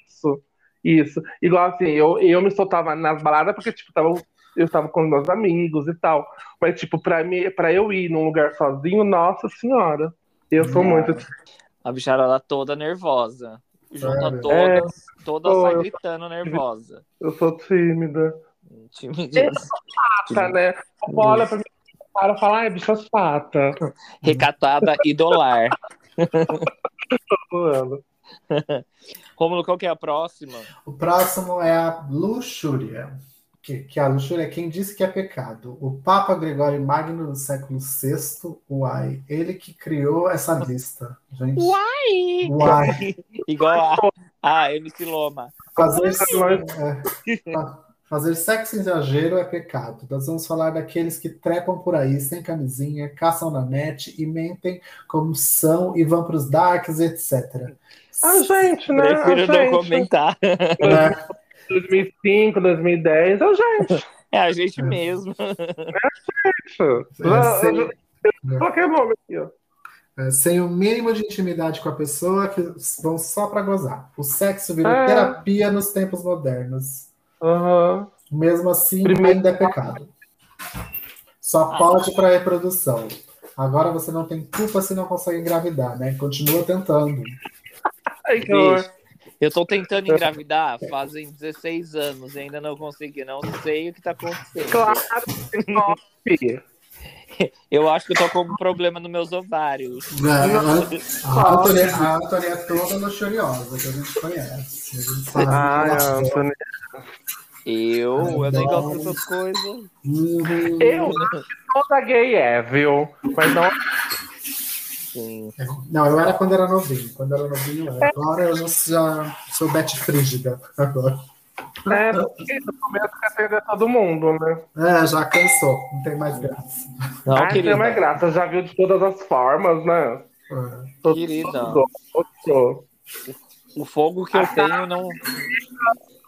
Speaker 2: Isso, isso. Igual assim, eu, eu me soltava nas baladas porque, tipo, tava, eu tava com meus amigos e tal. Mas, tipo, pra, mim, pra eu ir num lugar sozinho, nossa senhora. Eu sou
Speaker 1: Não.
Speaker 2: muito.
Speaker 1: A bichara lá toda nervosa. Junto a
Speaker 3: Sério?
Speaker 1: todas, toda
Speaker 2: É. Pô,
Speaker 1: sai
Speaker 2: eu-
Speaker 1: gritando nervosa.
Speaker 2: Eu sou tímida.
Speaker 1: Time de...
Speaker 2: Eu Tá, né? O povo olha pra mim para falar, ai, bicha chata.
Speaker 1: Recatada idolar.
Speaker 2: Zoando.
Speaker 1: Rômulo, qual que é a próxima?
Speaker 3: O próximo é a luxúria, que, que a luxúria é quem disse que é pecado. O Papa Gregório Magno do século VI, uai, ele que criou essa lista, gente.
Speaker 1: Uai!
Speaker 3: Uai,
Speaker 1: Igual a, a MC Loma.
Speaker 3: fazer,
Speaker 2: Uai.
Speaker 3: é, fa- fazer sexo em exagero é pecado. Nós vamos falar daqueles que trecam por aí sem camisinha, caçam na net e mentem como são e vão para os darks, etc.
Speaker 2: A gente, né? A
Speaker 1: Prefiro não
Speaker 2: gente.
Speaker 1: comentar.
Speaker 3: Né?
Speaker 2: 2005, 2010, a ah, gente.
Speaker 1: É a gente mesmo.
Speaker 2: Eu- Ah, eu-
Speaker 3: sem,
Speaker 2: Qualquer nome aqui, ó.
Speaker 3: é, sem o mínimo de intimidade com a pessoa, que vão só pra gozar. O sexo virou
Speaker 2: É.
Speaker 3: terapia nos tempos modernos.
Speaker 2: Aham.
Speaker 3: Mesmo assim,
Speaker 2: Primeiro- Ah.
Speaker 3: ainda é pecado. Só pode para reprodução. Agora você não tem culpa se não consegue engravidar, né? Continua tentando.
Speaker 2: Ai, que horror.
Speaker 1: Vixe. Eu tô tentando engravidar fazem 16 anos e ainda não consegui. Não sei o que tá acontecendo.
Speaker 2: Claro, <laughs> que não, filho.
Speaker 1: Eu acho que eu tô com um problema nos meus ovários.
Speaker 3: A, a, Antônia, a Antônia é toda luxuriosa, que a gente conhece. A gente sabe.
Speaker 2: Ai,
Speaker 3: Nossa.
Speaker 2: Antônio.
Speaker 1: Eu, eu nem gosto dessas coisas.
Speaker 3: Uhum.
Speaker 2: Eu acho que toda gay é, viu? Mas não
Speaker 1: Sim.
Speaker 3: Não, eu era quando era novinho. Quando era novinho, eu era. agora eu já, já sou Beth Frígida. Agora.
Speaker 2: é porque no começo quer atender todo mundo, né?
Speaker 3: É, já cansou, não tem mais graça.
Speaker 1: Não,
Speaker 2: Ai,
Speaker 1: querida.
Speaker 2: tem mais graça, já viu de todas as formas, né?
Speaker 3: É.
Speaker 2: Todo-
Speaker 1: Querida.
Speaker 2: todo- todo-
Speaker 1: O fogo que eu tenho não.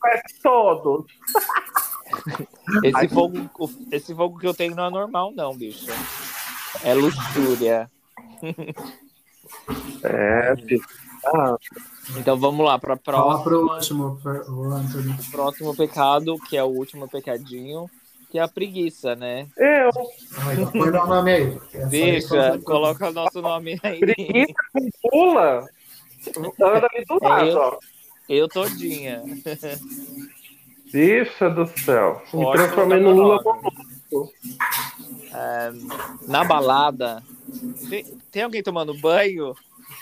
Speaker 2: Conhece todos.
Speaker 1: Esse fogo, o- esse fogo que eu tenho não é normal, não, bicho. É luxúria.
Speaker 2: É, filho. Ah,
Speaker 1: Então vamos lá pra próxima.
Speaker 3: Fala pro último, pro- o Antônio.
Speaker 1: próximo pecado, que é o último pecadinho, que é a preguiça, né?
Speaker 2: eu,
Speaker 3: Ai, ó, Põe meu nome aí. Essa aí foi
Speaker 1: Deixa,
Speaker 3: uma-
Speaker 1: coloca nosso nome aí.
Speaker 2: preguiça com pula, anda ali do lado,
Speaker 1: É eu.
Speaker 2: ó.
Speaker 1: Eu todinha.
Speaker 2: Bicha do céu. Me
Speaker 1: Ótimo,
Speaker 2: transformei no
Speaker 1: tá
Speaker 2: Lula
Speaker 1: bom. Na balada. Tem, tem alguém tomando banho?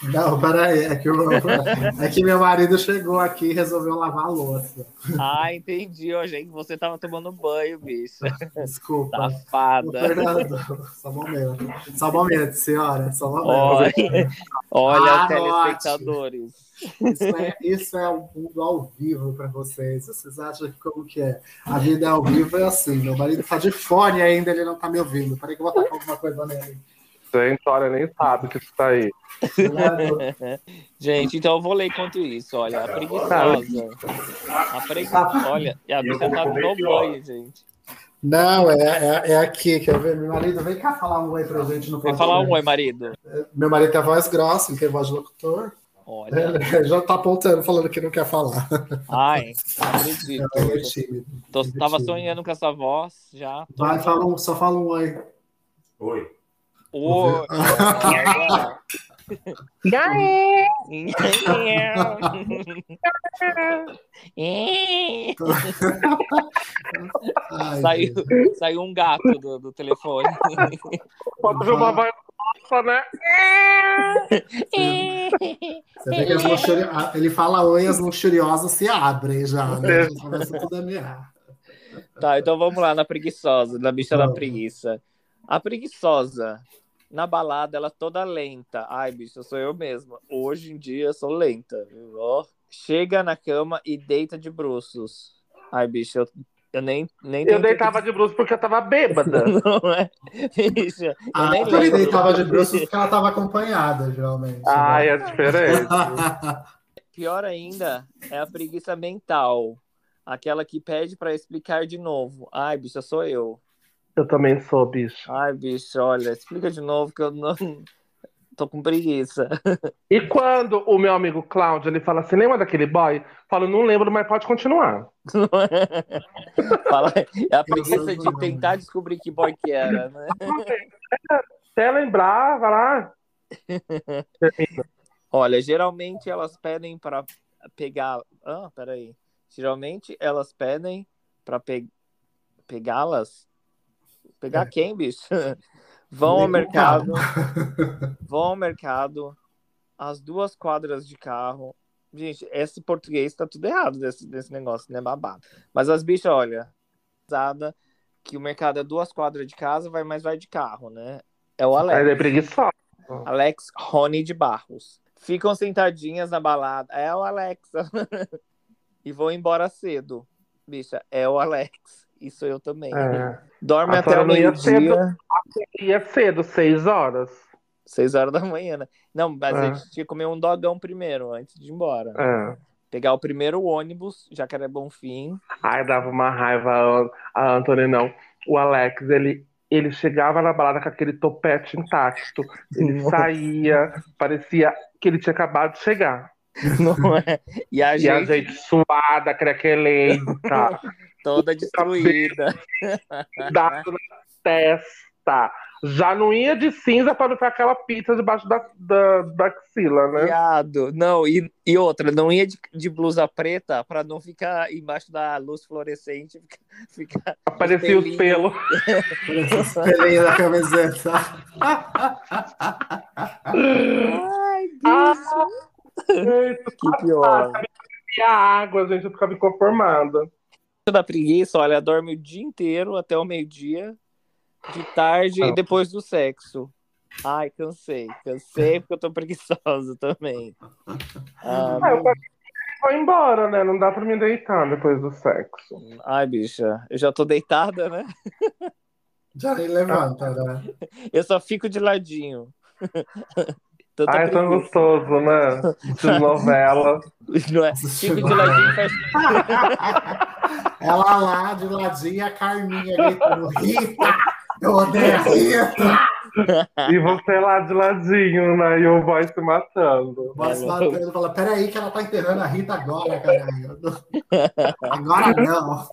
Speaker 3: Não, peraí, é que, o- é que meu marido chegou aqui e resolveu lavar a louça.
Speaker 1: Ah, entendi. Eu achei que você tava tomando banho, bicho.
Speaker 3: Desculpa. Ô,
Speaker 1: Safada.
Speaker 3: Fernando, só um momento. Só um momento, senhora. Só um
Speaker 1: Olha,
Speaker 3: momento.
Speaker 1: olha
Speaker 3: Ah,
Speaker 1: telespectadores.
Speaker 3: Isso é, isso é o mundo ao vivo para vocês. Vocês acham que como que é? A vida ao vivo é assim. Meu marido tá de fone ainda, ele não tá me ouvindo. Peraí que eu vou tacar alguma coisa nele.
Speaker 2: Gente, olha, nem sabe o que está aí.
Speaker 3: Fernando,
Speaker 1: Gente, então eu vou ler enquanto isso.
Speaker 3: Tá
Speaker 1: Olha, a preguiçosa. A preguiçosa. Olha, a bicha tá no banho, gente.
Speaker 3: Não, é, é, é aqui. Quer ver? Meu marido, vem cá falar um oi pra gente no
Speaker 1: Vai falar um
Speaker 3: podcast.
Speaker 1: oi, marido.
Speaker 3: Meu marido tem a voz grossa, não tem voz de locutor.
Speaker 1: Olha.
Speaker 3: <laughs> Ele já tá apontando, falando que não quer falar.
Speaker 1: Ai, tá
Speaker 3: Ele é
Speaker 1: acredito.
Speaker 3: tímido.
Speaker 1: Tô, tava sonhando com essa voz já. Tô-
Speaker 3: Vai, fala um, só fala um oi.
Speaker 5: Oi.
Speaker 1: Ô, olha. <laughs>
Speaker 3: Ai,
Speaker 1: É. saiu,
Speaker 3: gente.
Speaker 1: saiu um gato do, do telefone.
Speaker 2: Pode ver uma
Speaker 1: Uhum.
Speaker 2: voz nossa, né?
Speaker 1: É.
Speaker 3: Você vê que as luxuri... ah, ele fala oi, as luxuriosas se abrem já,
Speaker 1: É.
Speaker 3: né? Já começa tudo a miar.
Speaker 1: Tá, então vamos lá na preguiçosa, na bicha da preguiça. A preguiçosa, na balada, ela é toda lenta. Ai, bicha, sou eu mesma. Hoje em dia eu sou lenta, viu? Ó, chega na cama e deita de bruços. Ai, bicha, eu, eu nem, nem
Speaker 2: Eu
Speaker 1: tentei-
Speaker 2: deitava de bruxo porque eu tava bêbada.
Speaker 1: Não é? Bicha, eu
Speaker 3: A
Speaker 1: nem
Speaker 3: Antônia
Speaker 1: lembro.
Speaker 3: Ah, deitava de bruços porque ela estava acompanhada, geralmente.
Speaker 2: Ai,
Speaker 1: Ah,
Speaker 2: é
Speaker 3: <laughs> né?
Speaker 2: diferente.
Speaker 1: Pior ainda é a preguiça mental. Aquela que pede pra explicar de novo. Ai, bicha, sou eu.
Speaker 2: Eu também sou, bicho.
Speaker 1: Ai, bicho, olha, explica de novo que eu não. <laughs> Tô com preguiça.
Speaker 2: E quando o meu amigo Cláudio, ele fala assim, lembra daquele boy? Falo, não lembro, mas pode continuar.
Speaker 1: <laughs> Fala- é a
Speaker 3: Eu
Speaker 1: preguiça
Speaker 3: sou
Speaker 1: de
Speaker 3: zoando.
Speaker 1: tentar descobrir que boy que era, né?
Speaker 2: Até lembrar, vai lá.
Speaker 1: Olha, geralmente elas pedem pra pegar. Ah, peraí. Geralmente elas pedem pra pe... pegá-las. Pegar quem, bicho? <laughs> Vão ao
Speaker 3: Nem com
Speaker 1: mercado. Vão ao mercado. As duas quadras de carro. Gente, esse português tá tudo errado desse, desse negócio, né? Babado. Mas as bichas, olha. Zada, que o mercado é duas quadras de casa, vai mais vai de carro, né? É o Alex.
Speaker 2: Ele é preguiçoso.
Speaker 1: Alex Rony de Barros. Ficam sentadinhas na balada. É o Alex. <laughs> e vão embora cedo. Bicha, é o Alex. Isso eu também.
Speaker 2: É.
Speaker 1: Dorme
Speaker 2: A
Speaker 1: até
Speaker 2: senhora
Speaker 1: o
Speaker 2: não ia
Speaker 1: meio-dia.
Speaker 2: cedo. Ia cedo, seis horas.
Speaker 1: Seis horas da manhã, né? Não, mas a gente tinha que comer um dogão primeiro, antes de ir embora. né?
Speaker 2: É.
Speaker 1: Pegar o primeiro ônibus, Jacaré Bonfim.
Speaker 2: Ai, dava uma raiva a, An- a Anthony, não. O Alex, ele, ele chegava na balada com aquele topete intacto. Ele
Speaker 1: Nossa.
Speaker 2: saía, parecia que ele tinha acabado de chegar.
Speaker 1: <laughs> Não é? E a
Speaker 2: e
Speaker 1: gente
Speaker 2: a gente suada, crequelenta, tá
Speaker 1: toda destruída.
Speaker 2: <laughs>
Speaker 1: Né?
Speaker 2: dado na testa. Já não ia de cinza para não ficar aquela pizza debaixo da, da, da axila, né?
Speaker 1: Viado. Não, e, e outra, não ia de, de blusa preta pra não ficar embaixo da luz fluorescente. Ficar, ficar...
Speaker 2: Aparecia os pelos.
Speaker 3: Pelinho da camiseta. <laughs>
Speaker 1: Ai,
Speaker 2: Ah,
Speaker 1: Deus,
Speaker 2: gente,
Speaker 1: que pior.
Speaker 2: e a água, gente, eu ficava inconformada.
Speaker 1: da preguiça, olha, dorme o dia inteiro até o meio-dia, de tarde e depois do sexo. Ai, cansei, cansei porque eu tô preguiçosa também. Ah,
Speaker 2: Ah, eu foi embora, né? Não dá pra me deitar depois do sexo.
Speaker 1: meu- Ai, bicha, eu já tô deitada, né?
Speaker 3: Já nem levanta, né?
Speaker 1: Eu só fico de ladinho. <laughs> Tanta
Speaker 2: Ai, é tão
Speaker 1: preguiça.
Speaker 2: gostoso, né? De novela.
Speaker 1: Não é? Fico de ladinho e faz
Speaker 3: Ela lá, de ladinho, e a Carminha gritando, Rita, eu odeio a Rita.
Speaker 2: E você lá de ladinho, né? E o boy se matando.
Speaker 3: Bora se matando, fala, peraí que ela tá enterrando a Rita agora, caralho. <laughs> Agora não.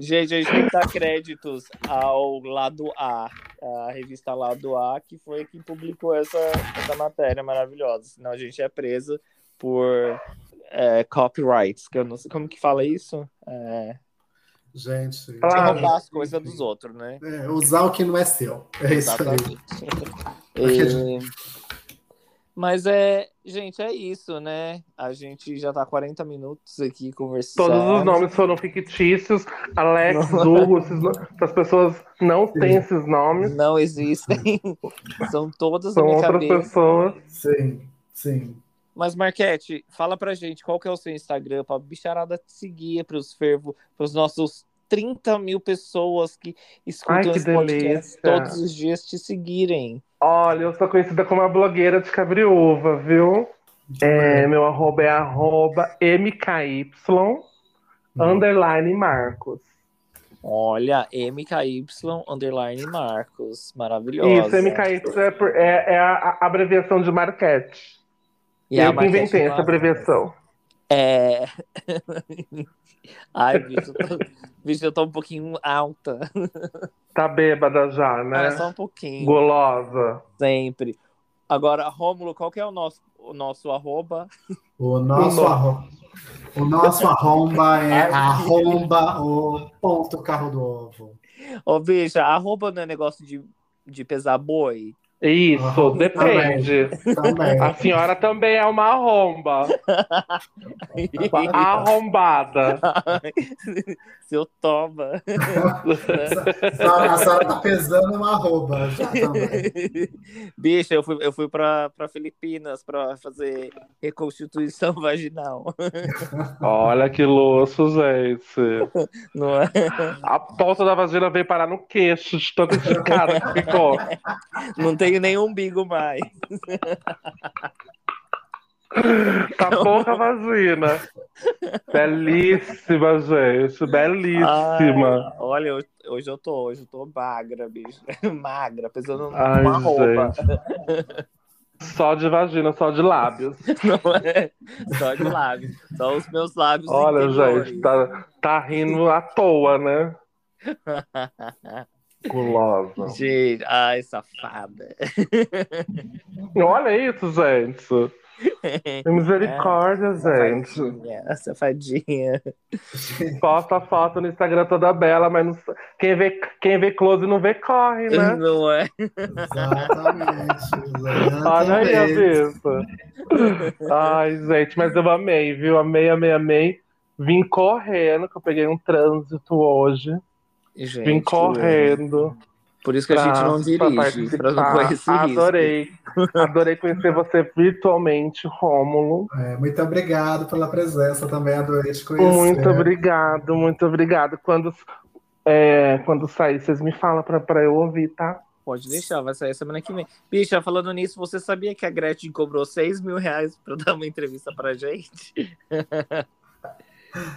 Speaker 1: Gente, a gente tem que dar créditos ao Lado A, a revista Lado A, que foi quem publicou essa, essa matéria maravilhosa. Senão a gente é preso por é, copyrights, que eu não sei como que fala isso. É,
Speaker 3: Gente,
Speaker 1: você
Speaker 2: Claro.
Speaker 1: roubar as coisas dos outros, né?
Speaker 3: é, usar o que não é seu. É isso aí.
Speaker 1: Exatamente.
Speaker 2: <laughs>
Speaker 1: E- Mas é, gente, é isso, né? A gente já tá 40 minutos aqui conversando.
Speaker 2: Todos os nomes foram fictícios. Alex, Hugo, esses no- as pessoas não têm esses nomes.
Speaker 1: não existem. <laughs> São todos na
Speaker 2: São
Speaker 1: minha
Speaker 2: outras
Speaker 1: cabeça.
Speaker 2: pessoas.
Speaker 3: Sim, sim.
Speaker 1: Mas, Marquete, fala pra gente qual que é o seu Instagram pra bicharada te seguir, pros fervos, pros nossos 30 mil pessoas que escutam
Speaker 2: Ai, que
Speaker 1: esse podcast
Speaker 2: delícia.
Speaker 1: todos os dias te seguirem.
Speaker 2: Olha, eu sou conhecida como a blogueira de cabriúva, viu? É, meu arroba é arroba MKY underline Marcos.
Speaker 1: Olha, MKY underline Marcos. Maravilhosa.
Speaker 2: Isso, MKY é, por- é- é a a abreviação de Marquete.
Speaker 1: E a
Speaker 2: eu que
Speaker 1: Marquete
Speaker 2: inventei
Speaker 1: lá-
Speaker 2: essa abreviação.
Speaker 1: É. <laughs> Ai, bicho, eu tô, bicho, eu tô um pouquinho alta.
Speaker 2: Tá bêbada já, né?
Speaker 1: Olha só um pouquinho.
Speaker 2: Golosa.
Speaker 1: Sempre. Agora, Rômulo, qual que é o nosso, o nosso arroba?
Speaker 3: O nosso,
Speaker 2: O no-
Speaker 3: arro... o nosso arromba é
Speaker 1: Ai.
Speaker 3: arromba o ponto carro do ovo.
Speaker 1: Ô, bicha, arroba não é negócio de, de pesar boi?
Speaker 2: Isso,
Speaker 3: Aham.
Speaker 2: depende. <laughs>
Speaker 3: Também.
Speaker 2: A senhora também é uma arromba. Arrombada.
Speaker 1: Seu
Speaker 2: <laughs>
Speaker 1: toma.
Speaker 3: A senhora- a senhora tá pesando uma arroba já tá também.
Speaker 1: Bicha, eu fui, eu fui pra, pra Filipinas pra fazer reconstituição <laughs> vaginal.
Speaker 2: Olha que luxo, gente.
Speaker 1: Não é,
Speaker 2: A ponta da vagina veio parar no queixo de tanto esticada que ficou.
Speaker 1: não tenho nem umbigo mais.
Speaker 2: Tá pouca vagina. Belíssima, gente. Belíssima.
Speaker 1: Ai, olha, hoje- hoje eu tô, hoje eu tô magra, bicho. <laughs> Magra, pesando
Speaker 2: Ai,
Speaker 1: uma roupa.
Speaker 2: Só de vagina, só de lábios.
Speaker 1: <laughs> Não é? Só de lábios. Só os meus lábios.
Speaker 2: Olha,
Speaker 1: interiores.
Speaker 2: gente, tá, tá rindo à toa, né? Gulosa.
Speaker 1: <laughs> Gente, ai, safada.
Speaker 2: Olha isso, gente.
Speaker 1: <laughs>
Speaker 2: Misericórdia, gente.
Speaker 1: Safadinha, safadinha.
Speaker 2: Posta a foto no Instagram toda bela, mas não- quem, vê, quem vê close não vê corre, né?
Speaker 1: Não é?
Speaker 2: <laughs>
Speaker 3: Exatamente.
Speaker 2: Olha aí a
Speaker 3: exatamente.
Speaker 2: vista. é Ai, gente, mas eu amei, viu? Amei, amei, amei. Vim correndo, que eu peguei um trânsito hoje.
Speaker 1: Gente,
Speaker 2: Vim correndo.
Speaker 1: Por isso que a gente não
Speaker 2: pra
Speaker 1: dirige, pra não correr esse
Speaker 2: participar.
Speaker 1: risco.
Speaker 2: Adorei. Adorei conhecer você virtualmente, Rômulo.
Speaker 3: É, muito obrigado pela presença também, adorei te
Speaker 1: é.
Speaker 3: conhecer.
Speaker 2: Muito obrigado, muito obrigado. Quando, é, quando sair, vocês me falam pra, pra eu ouvir, tá?
Speaker 1: Pode deixar, vai sair semana que vem. Bicha, falando nisso, você sabia que a Gretchen cobrou 6 mil reais pra dar uma entrevista pra gente?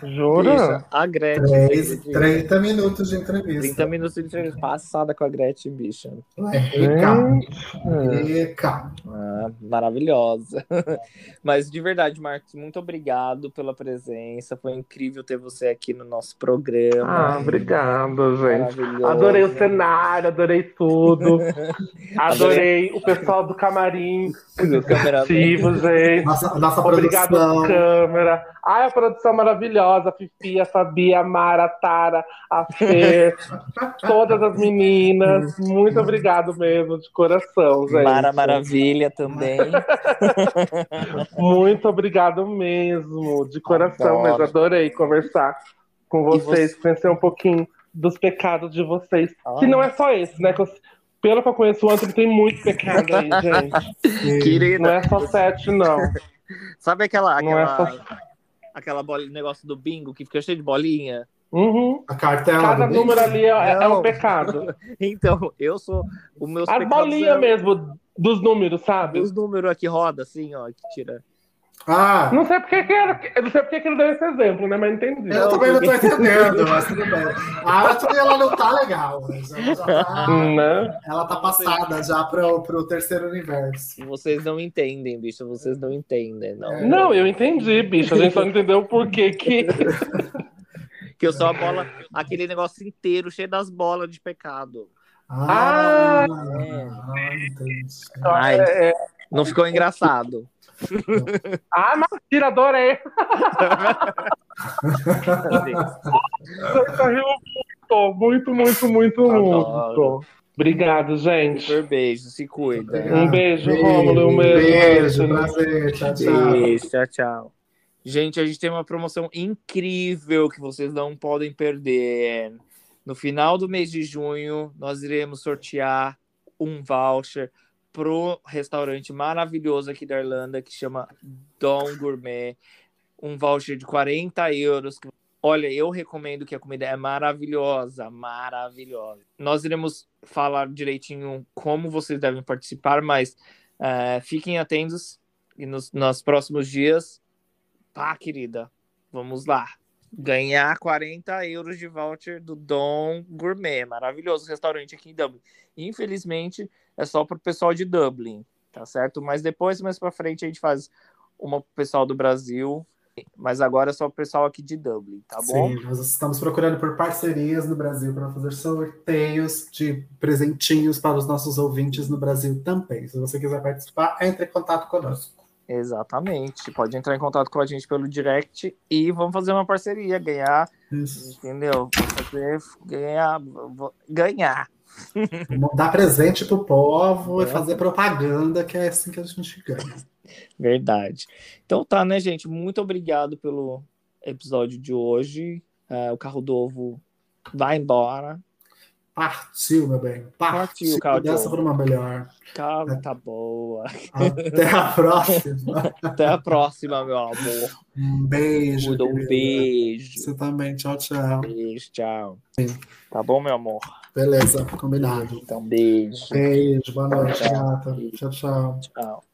Speaker 2: Jura?
Speaker 1: Bicha, a Gretchen. fez
Speaker 3: 3,
Speaker 1: isso.
Speaker 3: 30 minutos de entrevista. Né?
Speaker 1: 30 minutos de entrevista passada com a Gretchen, bicha.
Speaker 3: Eca,
Speaker 2: Gente.
Speaker 3: eca.
Speaker 1: Ah, maravilhosa. <laughs> Mas de verdade, Marcos, muito obrigado pela presença. Foi incrível ter você aqui no nosso programa.
Speaker 2: Ah, obrigado, gente.
Speaker 1: Maravilhoso.
Speaker 2: Adorei o cenário, adorei <laughs> tudo. Adorei o pessoal do camarim.
Speaker 1: O cameraman.
Speaker 2: Ativo, gente.
Speaker 3: Nossa, nossa
Speaker 2: Obrigado,
Speaker 3: produção.
Speaker 2: câmera. Ai, a produção maravilhosa. A Fifi, a Fabi, a Mara, a Tara, a <laughs> Fê. todas as meninas. Muito obrigado mesmo, de coração, gente.
Speaker 1: Mara Maravilha <laughs> também.
Speaker 2: Muito obrigado mesmo, de coração
Speaker 1: Adoro.
Speaker 2: mesmo. Adorei conversar com vocês, conhecer um pouquinho dos pecados de vocês.
Speaker 1: Ah.
Speaker 2: Que não é só esse, né? que eu- Pelo que eu conheço, o Antônio tem muito pecado aí, gente. Não
Speaker 1: Querida,
Speaker 2: é só sete, não.
Speaker 1: sabe aquela
Speaker 2: Não é
Speaker 1: aquela, aquela bola, negócio do bingo que fica cheio de bolinha? <laughs>
Speaker 2: Uhum.
Speaker 3: A cartela.
Speaker 2: Cada
Speaker 3: do Big
Speaker 2: número ali é, é
Speaker 1: Não.
Speaker 2: um pecado.
Speaker 1: Então, eu sou o meu
Speaker 2: As bolinhas mesmo dos números, sabe?
Speaker 1: Os números aqui roda assim, ó, que tira.
Speaker 3: Ah,
Speaker 2: Não sei porque que era, eu não sei porque que ele deu esse exemplo, né? Mas entendi.
Speaker 3: eu também não tô entendendo, mas tudo bem. A Arthur, ela não tá legal. né? Já- já tá-
Speaker 2: Né?
Speaker 3: ela tá passada já pro, pro terceiro universo.
Speaker 1: Vocês não entendem, bicho, vocês não entendem, não.
Speaker 2: É. Não, eu entendi, bicho. A gente só não entendeu o porquê que.
Speaker 1: Que eu sou a bola, aquele negócio inteiro cheio das bolas de pecado.
Speaker 2: Ah,
Speaker 3: Ah, ah, entendi.
Speaker 1: Ai.
Speaker 2: É, é.
Speaker 1: Não ficou engraçado. <laughs>
Speaker 2: Ah, mentira, adorei. Você riu muito, muito, muito, muito,
Speaker 1: Adoro.
Speaker 2: muito. Obrigado, gente.
Speaker 1: Super beijo, se cuida.
Speaker 2: Um beijo,
Speaker 3: Beijo,
Speaker 2: Rômulo, um beijo.
Speaker 3: Beijo, prazer. Tchau, tchau.
Speaker 1: Beijo, tchau, tchau. Gente, a gente tem uma promoção incrível que vocês não podem perder. No final do mês de junho, nós iremos sortear um voucher pro restaurante maravilhoso aqui da Irlanda que chama Dom Gourmet. Um voucher de 40 euros. Olha, eu recomendo que a comida é maravilhosa, maravilhosa. Nós iremos falar direitinho como vocês devem participar, mas eh, fiquem atentos e nos, nos próximos dias, pá, querida, vamos lá. Ganhar 40 euros de voucher do Dom Gourmet. Maravilhoso restaurante aqui em Dublin. Infelizmente, é só pro pessoal de Dublin, tá certo? Mas depois, mais pra frente, a gente faz uma pro pessoal do Brasil. Mas agora é só pro pessoal aqui de Dublin, tá bom?
Speaker 3: Sim, nós estamos procurando por parcerias no Brasil para fazer sorteios de presentinhos para os nossos ouvintes no Brasil também. Se você quiser participar, entre em contato conosco.
Speaker 1: Exatamente. Pode entrar em contato com a gente pelo direct e vamos fazer uma parceria, ganhar,
Speaker 3: Isso.
Speaker 1: entendeu? Fazer, ganhar, vou- ganhar.
Speaker 3: Dar presente pro povo
Speaker 1: É.
Speaker 3: e fazer propaganda, que é assim que a gente ganha.
Speaker 1: Verdade. Então tá, né, gente? Muito obrigado pelo episódio de hoje. É, o carro do ovo vai embora.
Speaker 3: Partiu, meu bem. Partiu.
Speaker 1: Partiu, Claudio.
Speaker 3: Dessa por uma melhor.
Speaker 1: Calma, tá boa.
Speaker 3: Até a
Speaker 1: <laughs>
Speaker 3: próxima.
Speaker 1: Até a próxima, meu amor.
Speaker 3: Um beijo. né?
Speaker 1: Mudou um
Speaker 3: querida.
Speaker 1: beijo.
Speaker 3: Você também. Tchau, tchau.
Speaker 1: Beijo, tchau. Tá bom, meu amor?
Speaker 3: Beleza, combinado.
Speaker 1: Então, beijo.
Speaker 3: Beijo, boa noite,
Speaker 1: Tchau, tchau.
Speaker 3: gata. Tchau, tchau.
Speaker 1: Tchau.